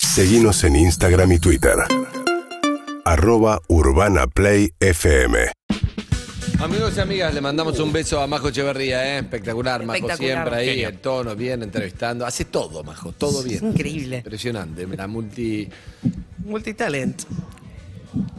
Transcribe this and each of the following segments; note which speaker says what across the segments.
Speaker 1: Seguimos en Instagram y Twitter. Arroba Urbana Play FM.
Speaker 2: Amigos y amigas, le mandamos un beso a Majo Echeverría, ¿eh? espectacular. Majo
Speaker 3: Espectacular.
Speaker 2: siempre ahí, eh,
Speaker 4: Genio.
Speaker 2: el tono, bien, entrevistando. Hace todo, Majo, todo bien.
Speaker 3: Increíble.
Speaker 2: Impresionante, la multi...
Speaker 3: Multitalent.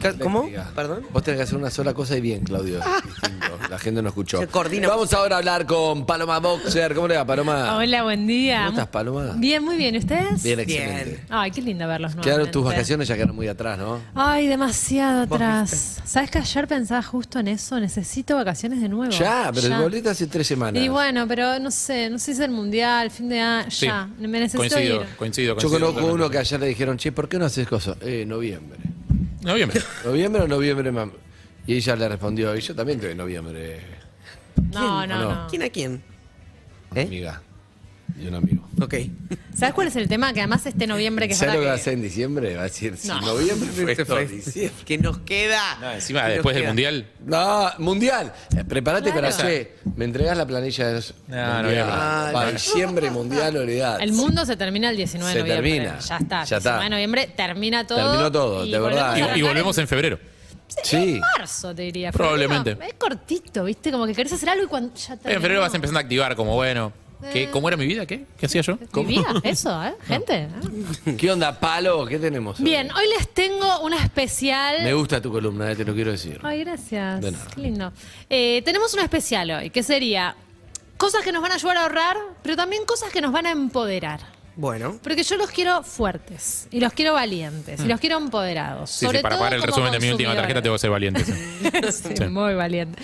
Speaker 3: Ca- ¿Cómo?
Speaker 2: Venga.
Speaker 3: ¿Perdón?
Speaker 2: Vos tenés que hacer una sola cosa y bien, Claudio. Distinto. La gente no escuchó.
Speaker 3: Se coordina.
Speaker 2: Vamos ahora a hablar con Paloma Boxer. ¿Cómo le va, Paloma?
Speaker 4: Hola, buen día.
Speaker 2: Ah. ¿Cómo estás, Paloma?
Speaker 4: Bien, muy bien. ¿Ustedes?
Speaker 2: Bien,
Speaker 3: Bien.
Speaker 2: excelente.
Speaker 4: Ay, qué linda verlos nuevamente.
Speaker 2: Quedaron tus vacaciones, ya quedaron muy atrás, ¿no?
Speaker 4: Ay, demasiado atrás. ¿Sabes que ayer pensaba justo en eso? Necesito vacaciones de nuevo.
Speaker 2: Ya, pero el boleto hace tres semanas.
Speaker 4: Y bueno, pero no sé, no sé si es el mundial, fin de año,
Speaker 5: Sí.
Speaker 4: ya. Me necesito
Speaker 5: coincido,
Speaker 4: ir.
Speaker 5: coincido, coincido.
Speaker 2: Yo conozco
Speaker 5: totalmente.
Speaker 2: uno que ayer le dijeron, che, ¿por qué no haces cosas? Eh, noviembre.
Speaker 5: Noviembre.
Speaker 2: ¿Noviembre o noviembre, mam? Y ella le respondió, y yo también estoy en noviembre,
Speaker 4: No, no,
Speaker 2: No.
Speaker 4: no.
Speaker 3: ¿Quién a quién? ¿Eh?
Speaker 2: amiga. Y un amigo.
Speaker 3: Ok.
Speaker 4: ¿Sabes cuál es el tema? Que además este noviembre que es
Speaker 2: ¿Sabes lo que va a
Speaker 4: verdad
Speaker 2: hacer
Speaker 4: que...
Speaker 2: en diciembre? Va a decir, si
Speaker 4: No.
Speaker 2: noviembre fue
Speaker 3: Este
Speaker 2: esto,
Speaker 3: fue-
Speaker 2: diciembre.
Speaker 3: Que nos queda.
Speaker 5: No, encima,
Speaker 3: Que nos
Speaker 5: después del
Speaker 3: queda.
Speaker 5: mundial.
Speaker 2: No, mundial. Eh, Prepárate
Speaker 4: Claro.
Speaker 2: para che, me entregás la planilla de los-
Speaker 5: No,
Speaker 2: mundial.
Speaker 5: no había
Speaker 3: problema.
Speaker 2: Para
Speaker 3: No.
Speaker 2: diciembre mundial, olvidate.
Speaker 4: El mundo se termina el 19
Speaker 2: Se
Speaker 4: de noviembre.
Speaker 2: termina.
Speaker 4: Ya está.
Speaker 2: Ya está.
Speaker 4: 19 de noviembre termina todo.
Speaker 2: Terminó todo,
Speaker 4: y
Speaker 2: de verdad.
Speaker 4: volvemos a
Speaker 5: Y, y
Speaker 4: arrancar
Speaker 5: volvemos en febrero.
Speaker 2: Sí.
Speaker 4: marzo, te diría.
Speaker 5: Probablemente.
Speaker 4: Febrero Es cortito, ¿viste? Como que querés hacer algo y cuando ya te.
Speaker 5: En febrero vas empezando a activar como, bueno,
Speaker 4: Eh.
Speaker 5: ¿qué, ¿cómo era mi vida? ¿Qué? ¿Qué hacía yo? ¿Cómo?
Speaker 4: Eso, ¿eh? Gente. ¿eh?
Speaker 2: ¿Qué onda, palo? ¿Qué tenemos? hoy?
Speaker 4: Bien, hoy les tengo una especial.
Speaker 2: Me gusta tu columna, eh, te lo quiero decir.
Speaker 4: Ay, gracias.
Speaker 2: De nada.
Speaker 4: Qué lindo. Eh, tenemos una especial hoy, que sería cosas que nos van a ayudar a ahorrar, pero también cosas que nos van a empoderar.
Speaker 3: Bueno.
Speaker 4: Porque yo los quiero fuertes, y los quiero valientes, y los quiero empoderados.
Speaker 5: Mm. Sí,
Speaker 4: sobre
Speaker 5: sí, para
Speaker 4: todo
Speaker 5: pagar el
Speaker 4: como
Speaker 5: resumen de mi última tarjeta
Speaker 4: consumidores.
Speaker 5: tengo que ser valiente. sí.
Speaker 4: Sí,
Speaker 5: Sí.
Speaker 4: Muy valiente.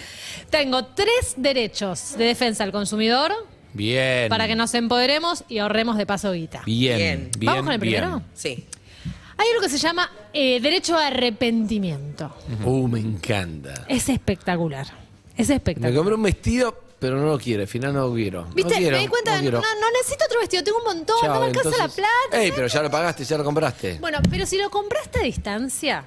Speaker 4: Tengo tres derechos de defensa al consumidor
Speaker 5: Bien.
Speaker 4: para que nos empoderemos y ahorremos de paso guita.
Speaker 5: Bien.
Speaker 3: Bien.
Speaker 5: bien
Speaker 4: ¿Vamos con el primero?
Speaker 3: Sí.
Speaker 4: Hay algo que se llama eh, derecho a arrepentimiento.
Speaker 2: Uh, me encanta.
Speaker 4: Es espectacular. Es
Speaker 2: Me
Speaker 4: espectacular.
Speaker 2: compré un vestido, pero no lo quiero. Al final no lo quiero. No
Speaker 4: ¿Viste?
Speaker 2: quiero,
Speaker 4: me di cuenta,
Speaker 2: no
Speaker 4: no,
Speaker 2: quiero.
Speaker 4: no necesito otro vestido, tengo un montón,
Speaker 2: Chao,
Speaker 4: no me alcanza la
Speaker 2: entonces-
Speaker 4: plata.
Speaker 2: Ey, pero ya lo pagaste, ya lo compraste.
Speaker 4: Bueno, pero si lo compraste a distancia,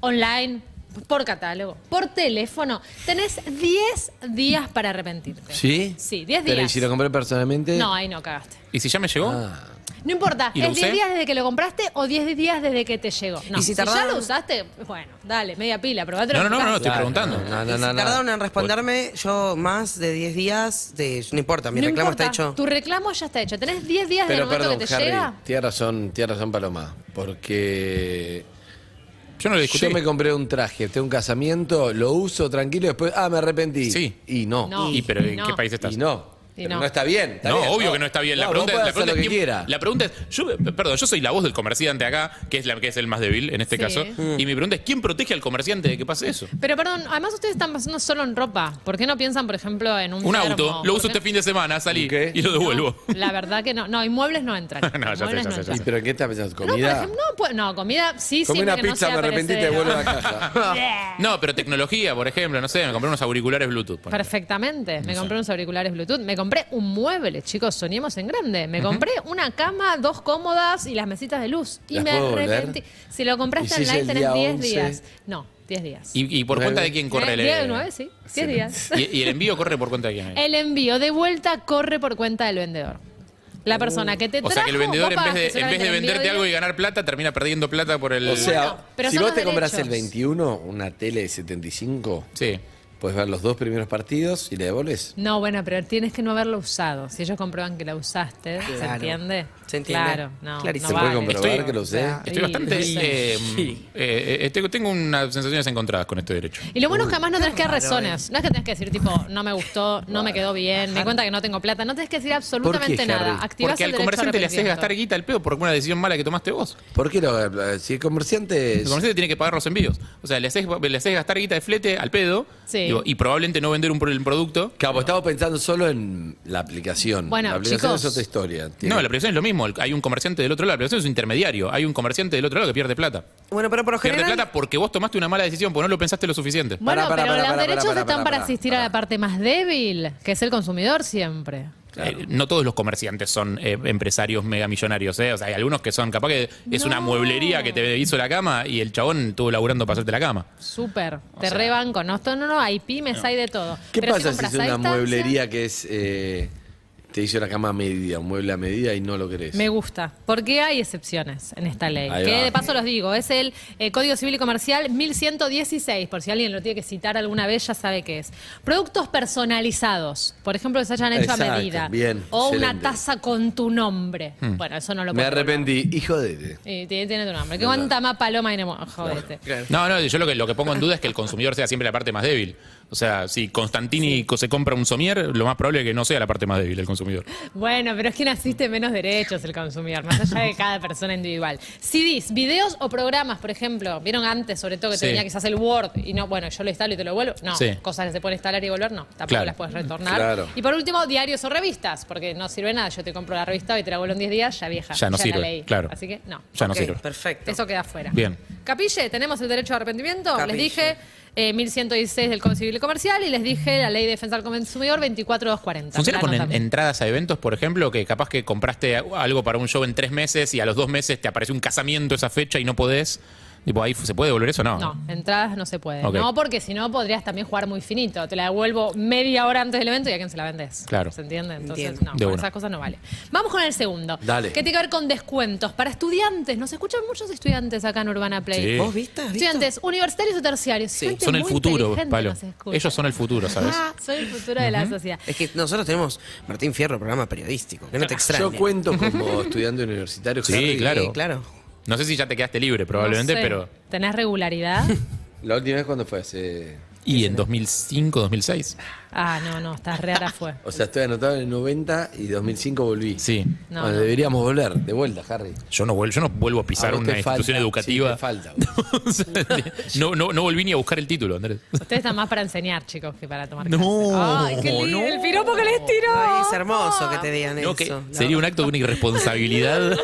Speaker 4: online, por catálogo, por teléfono, tenés 10 días para arrepentirte.
Speaker 2: ¿Sí?
Speaker 4: Sí, 10
Speaker 2: Pero ¿y
Speaker 4: días.
Speaker 2: si lo compré personalmente?
Speaker 4: No, ahí no cagaste.
Speaker 5: ¿Y si ya me llegó?
Speaker 2: Ah,
Speaker 4: No importa,
Speaker 5: ¿Y lo
Speaker 4: es 10
Speaker 5: usé?
Speaker 4: días desde que lo compraste o 10 días desde que te llegó. No,
Speaker 3: ¿Y si
Speaker 4: ya
Speaker 3: tardaron?
Speaker 4: lo usaste, bueno, dale, media pila, probate
Speaker 5: No, no, no, no, estoy preguntando.
Speaker 2: No,
Speaker 3: Y
Speaker 2: no,
Speaker 3: si
Speaker 2: no. no.
Speaker 3: tardaron en responderme yo más de 10 días, de, no importa, mi
Speaker 4: No
Speaker 3: reclamo
Speaker 4: importa,
Speaker 3: está hecho.
Speaker 4: Tu reclamo ya está hecho. Tenés 10 días del
Speaker 2: Pero
Speaker 4: momento
Speaker 2: perdón,
Speaker 4: que te
Speaker 2: Harry,
Speaker 4: llega.
Speaker 2: tienes razón, tienes razón, Paloma. Porque
Speaker 5: Yo no lo discutí.
Speaker 2: yo me compré un traje, tengo un casamiento, lo uso tranquilo, después, ah, me arrepentí.
Speaker 5: Sí.
Speaker 2: Y no.
Speaker 4: No.
Speaker 5: ¿Y pero en
Speaker 4: No.
Speaker 5: qué país estás?
Speaker 2: Y no.
Speaker 4: Y
Speaker 2: Pero
Speaker 4: no.
Speaker 2: no está bien. está
Speaker 5: no,
Speaker 2: bien,
Speaker 5: obvio que no está bien. La
Speaker 2: No,
Speaker 5: pregunta,
Speaker 2: vos
Speaker 5: la
Speaker 2: podés
Speaker 5: pregunta
Speaker 2: hacer
Speaker 5: es
Speaker 2: lo que
Speaker 5: quién-
Speaker 2: quiera.
Speaker 5: la pregunta es, yo, perdón, yo soy la voz del comerciante acá, que es la que es el más débil en este
Speaker 4: Sí.
Speaker 5: caso,
Speaker 2: Mm.
Speaker 5: y mi pregunta es quién protege al comerciante de que pase eso.
Speaker 4: Pero perdón, además ustedes están pensando solo en ropa. ¿Por qué no piensan, por ejemplo, en un
Speaker 5: Un
Speaker 4: termo?
Speaker 5: auto, lo
Speaker 4: ¿Por
Speaker 5: uso
Speaker 4: qué
Speaker 5: este fin de semana, salí
Speaker 2: ¿Qué?
Speaker 5: y lo
Speaker 4: no?
Speaker 5: devuelvo.
Speaker 4: La verdad que no. No, inmuebles no entran.
Speaker 5: No, ya sé,
Speaker 4: Inmuebles
Speaker 5: ya sé, ya
Speaker 4: entran.
Speaker 2: ¿Y pero qué estás pensando?
Speaker 4: No, por
Speaker 2: ¿Comida?
Speaker 4: ejemplo, no, pues- no, comida sí,
Speaker 2: Comí
Speaker 4: siempre
Speaker 2: una
Speaker 4: que no
Speaker 2: pizza,
Speaker 4: sea
Speaker 2: me arrepentí y te
Speaker 4: perecedera.
Speaker 2: vuelvo a la casa.
Speaker 5: No, pero tecnología, por ejemplo, no sé, me compré unos auriculares Bluetooth. ponele.
Speaker 4: Perfectamente. Me compré unos auriculares Bluetooth. Me compré un mueble, chicos. Soñemos en grande. Me compré una cama, dos cómodas y las mesitas de luz. Y
Speaker 2: ¿Las
Speaker 4: me
Speaker 2: puedo volver?
Speaker 4: arrepentí. Si lo
Speaker 2: ¿Y
Speaker 4: compraste
Speaker 2: si es
Speaker 4: online,
Speaker 2: el
Speaker 4: tenés
Speaker 2: día
Speaker 4: 10
Speaker 2: 11?
Speaker 4: días. No, 10 días.
Speaker 5: ¿Y, y por
Speaker 2: Nueve.
Speaker 5: cuenta de quién corre el
Speaker 4: Día de nueve, sí. 10 días.
Speaker 5: Y, y el envío corre por cuenta de quién.
Speaker 4: El envío de vuelta corre por cuenta del vendedor. La persona que te trajo.
Speaker 5: Uh. o sea que el vendedor,
Speaker 4: vos
Speaker 5: en vez
Speaker 4: pagaste
Speaker 5: de, en vez
Speaker 4: solamente
Speaker 5: de
Speaker 4: el envío
Speaker 5: venderte algo y
Speaker 4: día.
Speaker 5: ganar plata, termina perdiendo plata por el.
Speaker 2: O sea,
Speaker 4: Bueno, pero
Speaker 2: si
Speaker 4: son
Speaker 2: vos
Speaker 4: los
Speaker 2: te compras el
Speaker 4: derechos.
Speaker 2: 21, una tele de 75,
Speaker 5: Sí.
Speaker 2: puedes ver los dos primeros partidos y le devolves.
Speaker 4: No, bueno, pero tienes que no haberlo usado. Si ellos comprueban que la usaste, ¿se
Speaker 3: Claro.
Speaker 4: entiende?
Speaker 3: Se entiende.
Speaker 4: Claro, no.
Speaker 3: Clarísimo.
Speaker 4: no
Speaker 2: ¿Se puede
Speaker 4: vale.
Speaker 2: comprobar
Speaker 5: Estoy-
Speaker 2: que lo usé?
Speaker 4: sea,
Speaker 5: Estoy bastante.
Speaker 4: Sí, sí.
Speaker 5: eh, eh, eh, tengo- tengo unas sensaciones encontradas con este derecho.
Speaker 4: Y lo bueno es que además no tenés que dar
Speaker 5: eh.
Speaker 4: razones. No es que tenés que decir, tipo, no me gustó, no me quedó bien, me di cuenta que no tengo plata. No tenés que decir absolutamente
Speaker 2: Harry?
Speaker 4: nada. Activás
Speaker 5: Porque
Speaker 4: el
Speaker 5: al
Speaker 4: derecho
Speaker 5: comerciante le haces
Speaker 4: arrepentimiento.
Speaker 5: gastar guita al pedo por una decisión mala que tomaste vos.
Speaker 2: ¿Por qué lo, eh, si el comerciante...
Speaker 5: El
Speaker 2: es-
Speaker 5: comerciante tiene que pagar los envíos. O sea, le haces, le haces gastar guita de flete al pedo
Speaker 4: Sí.
Speaker 5: digo, y probablemente no vender un, pro- el producto.
Speaker 2: Claro, pues estamos pensando solo en la aplicación.
Speaker 4: Bueno,
Speaker 2: la aplicación
Speaker 4: chicos.
Speaker 2: es otra historia. Tiene-
Speaker 5: No, la aplicación es lo mismo. El- Hay un comerciante del otro lado. La aplicación es un intermediario. Hay un comerciante del otro lado que pierde plata.
Speaker 3: Bueno, pero por lo
Speaker 5: Pierde
Speaker 3: general.
Speaker 5: plata porque vos tomaste una mala decisión, porque no lo pensaste lo suficiente.
Speaker 4: Bueno,
Speaker 2: Pará, pará,
Speaker 4: pero
Speaker 2: pará,
Speaker 4: los
Speaker 2: pará,
Speaker 4: derechos
Speaker 2: pará,
Speaker 4: están
Speaker 2: pará,
Speaker 4: para
Speaker 2: pará,
Speaker 4: asistir a
Speaker 2: pará.
Speaker 4: la parte más débil, que es el consumidor siempre.
Speaker 5: Eh, no todos los comerciantes son eh, empresarios megamillonarios, ¿eh? O sea, hay algunos que son, capaz que es una
Speaker 4: No.
Speaker 5: mueblería que te hizo la cama y el chabón estuvo laburando para hacerte la cama.
Speaker 4: Súper. Te rebanco. No, esto no, no, hay pymes, hay de todo.
Speaker 2: ¿Qué
Speaker 4: Pero
Speaker 2: pasa si
Speaker 4: compras
Speaker 2: es
Speaker 4: a
Speaker 2: una
Speaker 4: distancia-
Speaker 2: mueblería que es... eh, Te hice una cama a medida, un mueble a medida y no lo querés.
Speaker 4: Me gusta, porque hay excepciones en esta ley.
Speaker 2: Ahí
Speaker 4: que
Speaker 2: va.
Speaker 4: de paso los digo, es el eh, Código Civil y Comercial 1116, por si alguien lo tiene que citar alguna vez, ya sabe qué es. Productos personalizados, por ejemplo, que se hayan hecho
Speaker 2: Exacto,
Speaker 4: a medida.
Speaker 2: bien,
Speaker 4: o una
Speaker 2: excelente. Hmm.
Speaker 4: taza con tu nombre. Bueno, eso no lo
Speaker 2: Me
Speaker 4: puedo
Speaker 2: arrepentí. Hijo de...
Speaker 4: Eh, tiene, tiene tu nombre. ¿Qué cuánta más paloma y nemo- Jodete.
Speaker 5: No, no, yo lo que, lo que pongo en duda es que el consumidor sea siempre la parte más débil. O sea, si Constantini co- se compra un somier, lo más probable es que no sea la parte más débil el consumidor.
Speaker 4: Bueno, pero es que naciste menos derechos el consumidor, más allá de cada persona individual. CDs, videos o programas, por ejemplo, vieron antes, sobre todo que
Speaker 5: Sí.
Speaker 4: tenía quizás el Word y no, bueno, yo lo instalo y te lo vuelvo. No,
Speaker 5: Sí.
Speaker 4: cosas que se pueden instalar y volver, no, tampoco
Speaker 5: Claro.
Speaker 4: las puedes retornar.
Speaker 2: Claro.
Speaker 4: Y por último, diarios o revistas, porque no sirve nada, yo te compro la revista y te la vuelvo en 10 días, ya vieja.
Speaker 5: Ya no
Speaker 4: la
Speaker 5: sirve,
Speaker 4: leí.
Speaker 5: claro.
Speaker 4: Así que no.
Speaker 5: Ya no
Speaker 3: Ok,
Speaker 5: sirve.
Speaker 3: Perfecto.
Speaker 4: Eso queda fuera.
Speaker 5: Bien.
Speaker 4: Capille, tenemos el derecho de arrepentimiento.
Speaker 3: Capille.
Speaker 4: Les dije eh, 1116 del Código Civil y Comercial y les dije la Ley de Defensa al Consumidor 24240.
Speaker 5: ¿Funciona
Speaker 4: La
Speaker 5: con en-
Speaker 4: nota.
Speaker 5: entradas a eventos, por ejemplo, que capaz que compraste algo para un show en tres meses y a los dos meses te aparece un casamiento esa fecha y no podés? Tipo, ahí ¿Se puede devolver eso o no?
Speaker 4: No, entradas no se puede.
Speaker 5: Ah. Ok.
Speaker 4: No, porque si no podrías también jugar muy finito. Te la devuelvo media hora antes del evento y a quién se la vendes.
Speaker 5: Claro.
Speaker 4: ¿Se entiende? Entonces,
Speaker 3: Entiendo.
Speaker 5: De
Speaker 4: no,
Speaker 5: una.
Speaker 4: esas cosas no vale. Vamos con el segundo.
Speaker 2: Dale.
Speaker 4: Que tiene que ver con descuentos para estudiantes. Nos escuchan muchos estudiantes acá en Urbana Play.
Speaker 5: Sí.
Speaker 3: ¿Vos viste? ¿Has visto?
Speaker 4: Estudiantes universitarios o terciarios. Gente
Speaker 5: Son el
Speaker 4: muy
Speaker 5: futuro,
Speaker 4: inteligente
Speaker 5: Palo.
Speaker 4: nos escucha.
Speaker 5: Ellos son el futuro, ¿sabes?
Speaker 4: Ah, son el futuro de la sociedad.
Speaker 3: Es que nosotros tenemos Martín Fierro, programa periodístico. Que no te extraña.
Speaker 2: Yo cuento como estudiante universitario.
Speaker 5: Sí,
Speaker 2: Harry.
Speaker 5: claro.
Speaker 3: Sí, claro.
Speaker 5: No sé si ya te quedaste libre, probablemente,
Speaker 4: No sé.
Speaker 5: pero...
Speaker 4: ¿Tenés regularidad?
Speaker 2: La última vez cuando fue hace...
Speaker 5: ¿Y en 2005, 2006?
Speaker 4: ah, no, no, estás re ahora fue.
Speaker 2: O sea, estoy anotado en el 90 y 2005 volví.
Speaker 5: Sí.
Speaker 4: No,
Speaker 2: Bueno,
Speaker 4: no.
Speaker 2: Deberíamos volver, de vuelta, Harry.
Speaker 5: Yo no vuelvo, yo no vuelvo a pisar
Speaker 2: A vos
Speaker 5: una
Speaker 2: te
Speaker 5: institución
Speaker 2: falta, sí,
Speaker 5: educativa.
Speaker 2: te falta.
Speaker 5: O sea, no, no, no volví ni a buscar el título, Andrés.
Speaker 4: Ustedes están más para enseñar, chicos, que para tomar
Speaker 5: No,
Speaker 4: clases. Ay, qué lindo,
Speaker 5: no.
Speaker 4: el piropo que les tiró.
Speaker 3: Ay, es hermoso que te digan
Speaker 5: No,
Speaker 3: eso.
Speaker 5: que
Speaker 3: la
Speaker 5: sería un acto de una irresponsabilidad.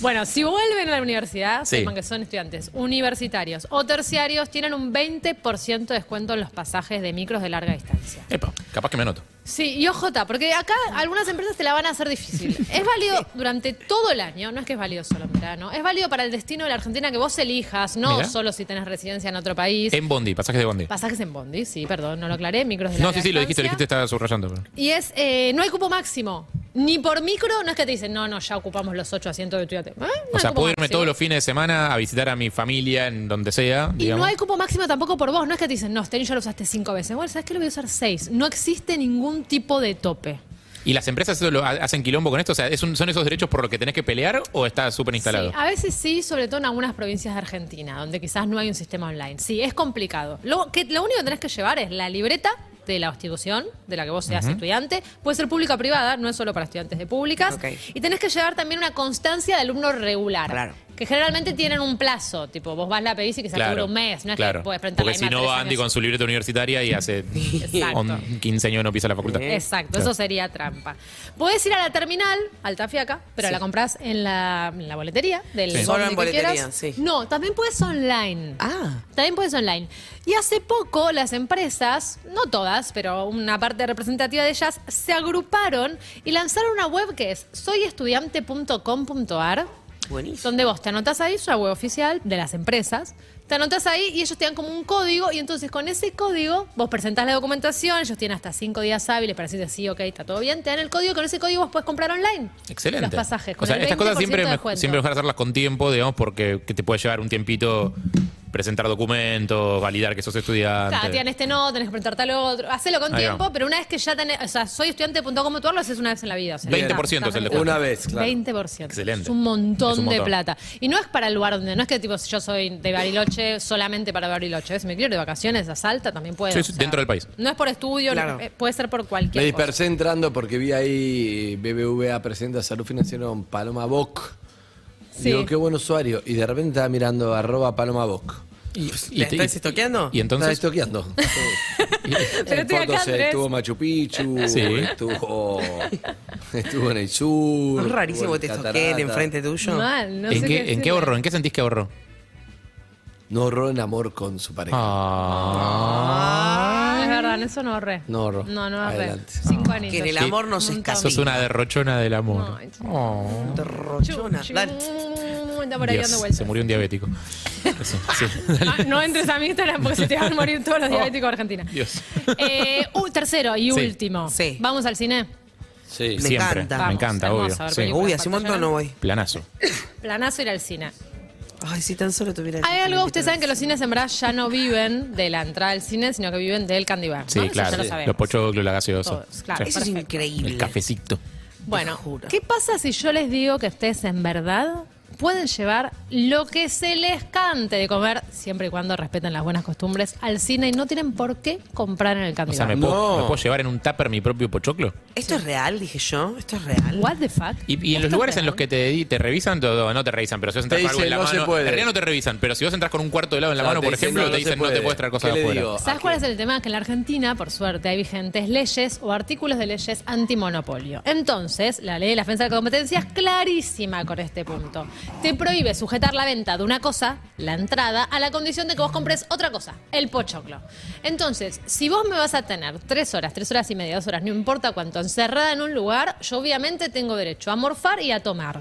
Speaker 4: Bueno, si vuelven a la universidad,
Speaker 5: Sí.
Speaker 4: sepan que son estudiantes universitarios o terciarios, tienen un 20% de descuento en los pasajes de micros de larga distancia.
Speaker 5: Epa, capaz que me anoto.
Speaker 4: Sí, y OJ, porque acá algunas empresas te la van a hacer difícil. Es válido durante todo el año, no es que es válido solo en verano, es válido para el destino de la Argentina que vos elijas, no
Speaker 5: Mirá.
Speaker 4: solo si tenés residencia en otro país.
Speaker 5: En Bondi, pasajes de Bondi.
Speaker 4: Pasajes en Bondi, sí, perdón, no lo aclaré, micros de
Speaker 5: No,
Speaker 4: larga
Speaker 5: sí, sí, lo dijiste,
Speaker 4: distancia.
Speaker 5: lo dijiste, está subrayando. pero-
Speaker 4: Y es, eh, no hay cupo máximo. Ni por micro, no es que te dicen, no, no, ya ocupamos los ocho asientos de estudiante. ¿Eh? No
Speaker 5: O
Speaker 4: hay
Speaker 5: sea,
Speaker 4: cupo
Speaker 5: puedo irme
Speaker 4: máximo.
Speaker 5: todos los fines de semana a visitar a mi familia en donde sea.
Speaker 4: Y no
Speaker 5: digamos.
Speaker 4: hay cupo máximo tampoco por vos. No es que te dicen, no, este ya lo usaste cinco veces. Bueno, ¿sabes qué? Lo voy a usar seis. No existe ningún tipo de tope.
Speaker 5: ¿Y las empresas eso lo ha- hacen quilombo con esto? O sea, ¿es un- ¿son esos derechos por los que tenés que pelear o está súper instalado?
Speaker 4: Sí, a veces sí, sobre todo en algunas provincias de Argentina, donde quizás no hay un sistema online. Sí, es complicado. Lo, que, lo único que tenés que llevar es la libreta de la institución, de la que vos seas estudiante, puede ser pública o privada, no es solo para estudiantes de públicas,
Speaker 3: Ok.
Speaker 4: y tenés que llevar también una constancia de alumno regular,
Speaker 3: Claro.
Speaker 4: que generalmente tienen un plazo, tipo vos vas la pedís y quizás te dura un mes, no es que puedes presentar
Speaker 5: Porque si no va Andy con su libreta universitaria y hace
Speaker 4: Exacto.
Speaker 5: on- 15 años que no pisa la facultad.
Speaker 4: Exacto,
Speaker 5: ¿Eh? Claro.
Speaker 4: eso sería trampa. Puedes ir a la terminal, Altafiaca, pero la compras en la, en la boletería del
Speaker 5: Sí.
Speaker 3: Solo
Speaker 4: bondi
Speaker 3: en
Speaker 4: que
Speaker 3: boletería,
Speaker 4: quieras.
Speaker 3: sí.
Speaker 4: No, también puedes online.
Speaker 3: Ah.
Speaker 4: También puedes online. Y hace poco las empresas, no todas, pero una parte representativa de ellas, se agruparon y lanzaron una web que es soyestudiante.com.ar.
Speaker 3: Buenísimo.
Speaker 4: Donde vos te anotás ahí, es una web oficial de las empresas. Te anotás ahí y ellos te dan como un código y entonces con ese código vos presentás la documentación, ellos tienen hasta cinco días hábiles para decirte sí, ok, está todo bien, te dan el código y con ese código vos pués comprar online.
Speaker 5: Excelente.
Speaker 4: Los pasajes.
Speaker 5: o
Speaker 4: con
Speaker 5: sea,
Speaker 4: el
Speaker 5: estas cosas
Speaker 4: 20%
Speaker 5: siempre,
Speaker 4: de
Speaker 5: me-
Speaker 4: descuento.
Speaker 5: siempre mejor hacerlas con tiempo, digamos, porque que te puede llevar un tiempito presentar documentos, validar que sos estudiante.
Speaker 4: Claro, tienen este no, tenés que preguntarte al otro. Hacelo con
Speaker 5: Ahí va.
Speaker 4: tiempo, pero una vez que ya tenés. O sea, soy estudiante.com, tú lo haces una vez en la vida. o sea,
Speaker 5: 20% es el descuento.
Speaker 2: Una vez, claro.
Speaker 4: 20%.
Speaker 5: Excelente.
Speaker 4: Es un montón
Speaker 5: Es un
Speaker 4: de
Speaker 5: montón.
Speaker 4: plata. Y no es para el lugar donde. No es que tipo, si yo soy de Bariloche, solamente para Bariloche. ¿ves? Si me quiero ir de vacaciones a Salta, también puedo.
Speaker 5: Sí, sí, dentro del país.
Speaker 4: No es por estudio, no-
Speaker 3: Claro.
Speaker 4: eh, puede ser por
Speaker 2: Me
Speaker 4: cualquier. cosa.
Speaker 2: dispersé entrando porque vi ahí BBVA presenta salud financiera con Paloma Boc.
Speaker 4: Sí.
Speaker 2: Digo, qué buen usuario. Y de repente estaba mirando arroba Paloma Boc.
Speaker 5: Y,
Speaker 3: ¿La estás estoqueando?
Speaker 5: Y
Speaker 2: Entonces,
Speaker 5: entonces.
Speaker 2: estoqueando.
Speaker 4: Pero estoy acá, Andrés.
Speaker 2: estuvo Machu Picchu,
Speaker 5: Sí.
Speaker 2: estuvo, estuvo en el sur.
Speaker 3: No es rarísimo que
Speaker 2: estuvo
Speaker 3: te
Speaker 2: en
Speaker 3: toquen
Speaker 2: Cataratas.
Speaker 3: enfrente tuyo.
Speaker 4: Mal, no
Speaker 5: ¿En,
Speaker 4: sé
Speaker 5: qué, en qué
Speaker 4: decirle.
Speaker 5: ahorro? ¿En qué sentís que ahorro?
Speaker 2: No ahorró en amor con su pareja.
Speaker 5: Ah.
Speaker 4: Ah. No, es verdad, en eso no ahorré.
Speaker 2: No ahorró.
Speaker 4: No, no ahorré.
Speaker 2: Adelante.
Speaker 4: Cinco años.
Speaker 3: Que en el amor no se
Speaker 5: Ah, Sos
Speaker 3: escasea.
Speaker 5: una derrochona del amor.
Speaker 4: Ay,
Speaker 5: Oh.
Speaker 3: Derrochona. Dale.
Speaker 4: común mm, está por ahí
Speaker 5: Dios,
Speaker 4: dando vueltas.
Speaker 5: Se murió un diabético. Eso, sí.
Speaker 4: Ah, no entres a mi Instagram porque se te van a morir todos los diabéticos de Argentina.
Speaker 5: Oh. Dios.
Speaker 4: Eh, uh, tercero y
Speaker 5: Sí.
Speaker 4: último.
Speaker 3: Sí.
Speaker 4: ¿Vamos al cine?
Speaker 2: Sí.
Speaker 3: Me
Speaker 5: Siempre.
Speaker 3: encanta.
Speaker 5: Me
Speaker 3: Vamos,
Speaker 5: encanta,
Speaker 4: hermoso,
Speaker 5: obvio.
Speaker 4: a ver,
Speaker 5: Sí.
Speaker 4: película.
Speaker 3: Uy, hace un montón no voy.
Speaker 5: Planazo.
Speaker 4: Planazo ir al cine.
Speaker 3: Ay, si tan solo tuviera.
Speaker 4: Hay algo, ustedes saben que los cines en verdad ya no viven de la entrada al cine, sino que viven del candy bar. ¿no?
Speaker 5: Sí,
Speaker 4: Eso
Speaker 5: claro.
Speaker 4: ya lo sabemos.
Speaker 5: Los pochoclos, la gaseosa.
Speaker 4: Todos, claro.
Speaker 5: Sí.
Speaker 3: Eso es
Speaker 4: Perfecto.
Speaker 3: increíble.
Speaker 5: El cafecito.
Speaker 4: Bueno,
Speaker 3: juro.
Speaker 4: ¿qué pasa si yo les digo que ustedes en verdad pueden llevar lo que se les cante de comer, siempre y cuando respeten las buenas costumbres, al cine y no tienen por qué comprar en el candy
Speaker 5: O sea,
Speaker 4: bar?
Speaker 5: ¿me,
Speaker 2: No.
Speaker 5: puedo, me puedo llevar en un tupper mi propio pochoclo?
Speaker 3: Esto es real, dije yo. Esto es real.
Speaker 4: What the fuck?
Speaker 5: Y, y en los
Speaker 4: ¿Esto
Speaker 5: lugares
Speaker 4: es
Speaker 5: en los
Speaker 4: real?
Speaker 5: que te, di- te revisan, te- no, no te revisan, pero si vas a entrar
Speaker 2: Te
Speaker 5: con algo en
Speaker 2: dicen,
Speaker 5: la
Speaker 2: "No se
Speaker 5: mano,
Speaker 2: puede".
Speaker 5: en realidad no te revisan, pero si vas a entrar con un cuarto de helado en la
Speaker 2: No,
Speaker 5: mano,
Speaker 2: te
Speaker 5: por
Speaker 2: dicen,
Speaker 5: ejemplo,
Speaker 2: "No,
Speaker 5: te
Speaker 2: no se
Speaker 5: dicen no te
Speaker 2: puede".
Speaker 5: puedes traer cosas
Speaker 2: ¿Qué
Speaker 5: de
Speaker 2: le
Speaker 5: afuera.
Speaker 2: digo?
Speaker 4: ¿Sabes cuál es el tema? Que en la Argentina, por suerte, hay vigentes leyes o artículos de leyes antimonopolio. Entonces, la ley de la defensa de la competencia es clarísima con este punto. Te prohíbe sujetar la venta de una cosa, la entrada, a la condición de que vos compres otra cosa, el pochoclo. Entonces, si vos me vas a tener tres horas, tres horas y media, dos horas, no importa cuánto, encerrada en un lugar, yo obviamente tengo derecho a morfar y a tomar.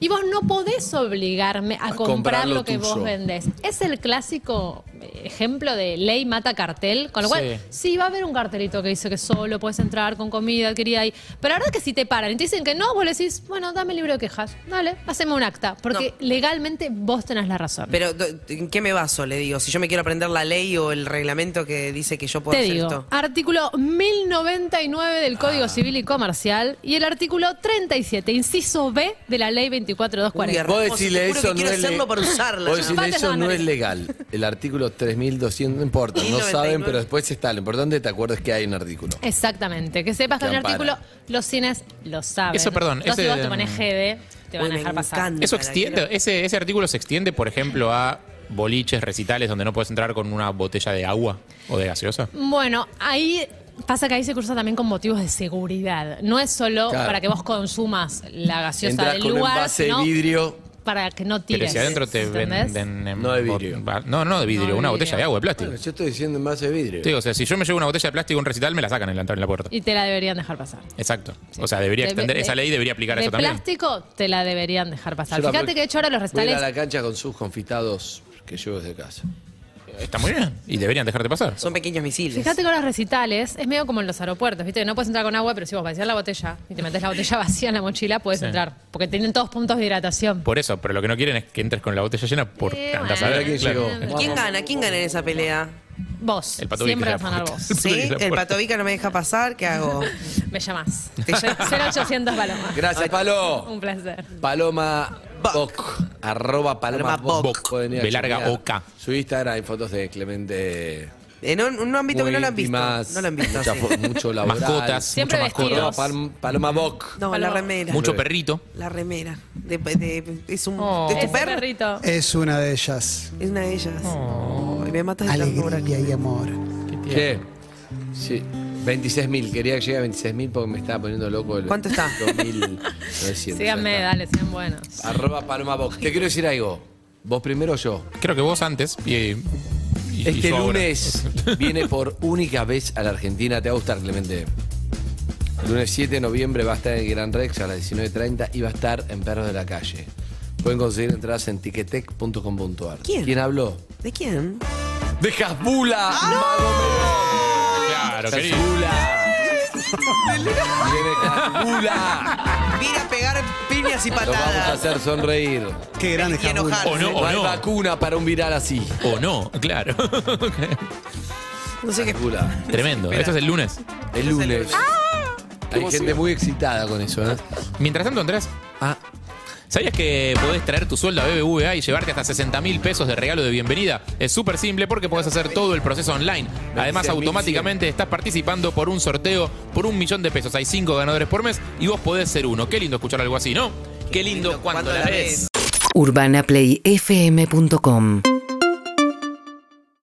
Speaker 4: Y vos no podés obligarme a, comprar,
Speaker 2: Mm. comprar lo
Speaker 4: lo que vos
Speaker 2: tuyo.
Speaker 4: vendés entendés? Es el clásico eh, ejemplo de ley mata cartel, con lo cual sí. va a haber un cartelito que dice que solo puedes entrar con comida adquirida ahí. Pero la verdad que si te paran y te dicen que no, vos le decís, bueno, dame el libro de quejas, dale, haceme un acta, porque legalmente vos tenés la razón.
Speaker 3: Pero, do- ¿en qué me baso? Le digo, si yo me quiero aprender la ley o el reglamento que dice que yo puedo
Speaker 4: Te
Speaker 3: hacer
Speaker 4: digo, Ah,
Speaker 3: esto. Ah.
Speaker 4: artículo 1099 del Código Civil y Comercial y el artículo 37, inciso B de la ley
Speaker 3: Uy,
Speaker 4: 24240.
Speaker 3: arre-
Speaker 2: Vos
Speaker 3: Vos
Speaker 2: decirle
Speaker 3: seguro que
Speaker 2: eso no
Speaker 3: quiero
Speaker 2: es
Speaker 3: hacerlo
Speaker 2: legal.
Speaker 3: para usarla,
Speaker 2: Vos
Speaker 3: ¿no?
Speaker 2: decirle
Speaker 4: Patas
Speaker 2: eso no
Speaker 4: abandonadas.
Speaker 2: es legal. El artículo 3200 no importa, no
Speaker 3: 1099.
Speaker 2: saben, pero después está. Lo importante es que te acuerdes que hay un artículo.
Speaker 4: Exactamente, que sepas que en el
Speaker 2: Campana.
Speaker 4: artículo los cines lo saben.
Speaker 5: Eso, perdón,
Speaker 4: Entonces
Speaker 5: ese,
Speaker 4: vos te pones
Speaker 5: mm,
Speaker 4: GD, te van
Speaker 3: Uy,
Speaker 4: a
Speaker 3: me
Speaker 4: dejar pasar.
Speaker 3: encanta,
Speaker 5: Eso
Speaker 3: la
Speaker 5: extiende,
Speaker 3: quiero-
Speaker 5: ese, ese artículo se extiende, por ejemplo, a boliches, recitales donde no puedes entrar con una botella de agua o de gaseosa.
Speaker 4: Bueno, ahí pasa que ahí se cursa también con motivos de seguridad. No es solo
Speaker 2: Claro.
Speaker 4: para que vos consumas la gaseosa
Speaker 2: Entrás
Speaker 4: del
Speaker 2: con un
Speaker 4: lugar,
Speaker 2: envase de
Speaker 4: sino
Speaker 2: vidrio.
Speaker 4: para que no tires.
Speaker 5: Pero si adentro te
Speaker 4: ¿entendés?
Speaker 5: venden... en
Speaker 2: No de
Speaker 5: bot-
Speaker 2: vidrio.
Speaker 5: ba- No, no de vidrio,
Speaker 4: No de
Speaker 5: una
Speaker 4: vidrio.
Speaker 5: botella de agua, de plástico.
Speaker 2: Bueno, yo estoy diciendo en base de vidrio.
Speaker 5: Te digo, o sea, si yo me llevo una botella de plástico a un recital, me la sacan en la, en la puerta.
Speaker 4: Y te la deberían dejar pasar.
Speaker 5: Exacto. O sea, debería
Speaker 4: De-
Speaker 5: extender,
Speaker 4: de-
Speaker 5: esa ley debería aplicar
Speaker 4: de
Speaker 5: eso también.
Speaker 4: plástico te la deberían dejar pasar.
Speaker 2: Yo la
Speaker 4: Fíjate
Speaker 2: voy-
Speaker 4: que de hecho ahora
Speaker 2: Voy a
Speaker 4: los
Speaker 2: ir a
Speaker 4: restaurantes
Speaker 2: la cancha con sus confitados que llevo desde casa.
Speaker 5: Está muy bien. Y deberían dejarte pasar.
Speaker 3: Son pequeños misiles.
Speaker 4: Fíjate que con los recitales es medio como en los aeropuertos, ¿viste? Que no puedes entrar con agua, pero si vos vacías la botella y te metes la botella vacía en la mochila, puedes
Speaker 5: Sí.
Speaker 4: entrar. Porque tienen todos puntos de hidratación.
Speaker 5: Por eso, pero lo que no quieren es que entres con la botella llena por
Speaker 4: Eh,
Speaker 5: andás a
Speaker 4: bueno. eh,
Speaker 5: ver,
Speaker 2: Mira quién
Speaker 5: claro.
Speaker 2: llegó.
Speaker 3: ¿Y ¿Quién gana? ¿Quién gana en esa pelea?
Speaker 4: Vos.
Speaker 5: El Pato
Speaker 4: siempre
Speaker 5: Vic
Speaker 4: vas
Speaker 5: de
Speaker 4: a
Speaker 5: la
Speaker 4: ganar
Speaker 5: puerta.
Speaker 4: vos.
Speaker 3: ¿Sí?
Speaker 5: la
Speaker 3: El
Speaker 5: puerta.
Speaker 3: patovica no me deja pasar, ¿qué hago?
Speaker 4: Me llamás.
Speaker 3: Te llamo.
Speaker 4: 0800 Paloma.
Speaker 2: Gracias, Palo.
Speaker 4: Un placer.
Speaker 2: Paloma Boc. Arroba Paloma
Speaker 3: Paloma
Speaker 2: Boc.
Speaker 5: Boc.
Speaker 2: Pueden ir a
Speaker 5: De larga
Speaker 2: chequear
Speaker 5: Oca.
Speaker 2: Su Instagram hay fotos de Clemente.
Speaker 3: En un, un ámbito
Speaker 2: muy
Speaker 3: que no lo han visto.
Speaker 2: íntimas,
Speaker 3: No lo han visto.
Speaker 2: mucha
Speaker 3: sí.
Speaker 2: fo- Mucho laboral.
Speaker 5: Mascotas,
Speaker 4: Siempre
Speaker 5: mucho mascotas,
Speaker 2: Arroba
Speaker 4: vestidos.
Speaker 2: Pal- Paloma Boc.
Speaker 3: No, la
Speaker 4: Paloma.
Speaker 3: remera.
Speaker 5: mucho perrito.
Speaker 3: La remera. De- de- es un.
Speaker 5: Oh.
Speaker 3: ¿De
Speaker 4: Ese
Speaker 3: tu perro?
Speaker 4: perrito.
Speaker 6: Es una de ellas.
Speaker 3: Es una de ellas. Ay, me matas de ternura.
Speaker 6: Alegría y amor.
Speaker 2: Che. Sí. 26.000. Quería que llegue a 26.000 porque me estaba poniendo loco el.
Speaker 3: ¿Cuánto está?
Speaker 2: 2.900.
Speaker 4: Síganme,
Speaker 2: Ahí
Speaker 4: dale, sean buenos.
Speaker 2: está. Arroba Paloma Boc. Te quiero decir algo. ¿Vos primero o yo?
Speaker 5: Creo que vos antes. Y, y- y
Speaker 2: Este
Speaker 5: yo ahora.
Speaker 2: lunes viene por única vez a la Argentina. Te va a gustar, Clemente. El lunes 7 de noviembre va a estar en Gran Rex a las 19.30 y va a estar en Perros de la Calle. Pueden conseguir entradas en tiquetec.com.ar.
Speaker 3: ¿Quién?
Speaker 2: ¿Quién habló?
Speaker 3: ¿De quién?
Speaker 2: ¡De Hasbula! ¡No!
Speaker 5: Claro, querido.
Speaker 2: ¡Hasbula! ¡Viene Hasbula!
Speaker 3: Vine a pegar piñas y
Speaker 2: Lo vamos a
Speaker 3: patadas.
Speaker 2: hacer sonreír.
Speaker 6: Qué grande
Speaker 3: quería
Speaker 6: Jabul.
Speaker 3: enojar.
Speaker 5: O no,
Speaker 2: no
Speaker 5: o
Speaker 2: hay
Speaker 5: no.
Speaker 2: vacuna para un viral así.
Speaker 5: O no, claro.
Speaker 3: No sé qué.
Speaker 2: Hasbula.
Speaker 5: Tremendo. Esto es el lunes.
Speaker 2: El lunes. Hay gente muy excitada con eso, ¿eh?
Speaker 5: Mientras tanto, Andrés. Ah. ¿Sabías que podés traer tu sueldo a BBVA y llevarte hasta 60 mil pesos de regalo de bienvenida? Es súper simple porque podés hacer todo el proceso online. Además,
Speaker 2: 26.100.
Speaker 5: automáticamente estás participando por un sorteo por un millón de pesos. Hay cinco ganadores por mes y vos podés ser uno. Qué lindo escuchar algo así, ¿no? Qué lindo cuando la ves.
Speaker 7: urbanaplayfm.com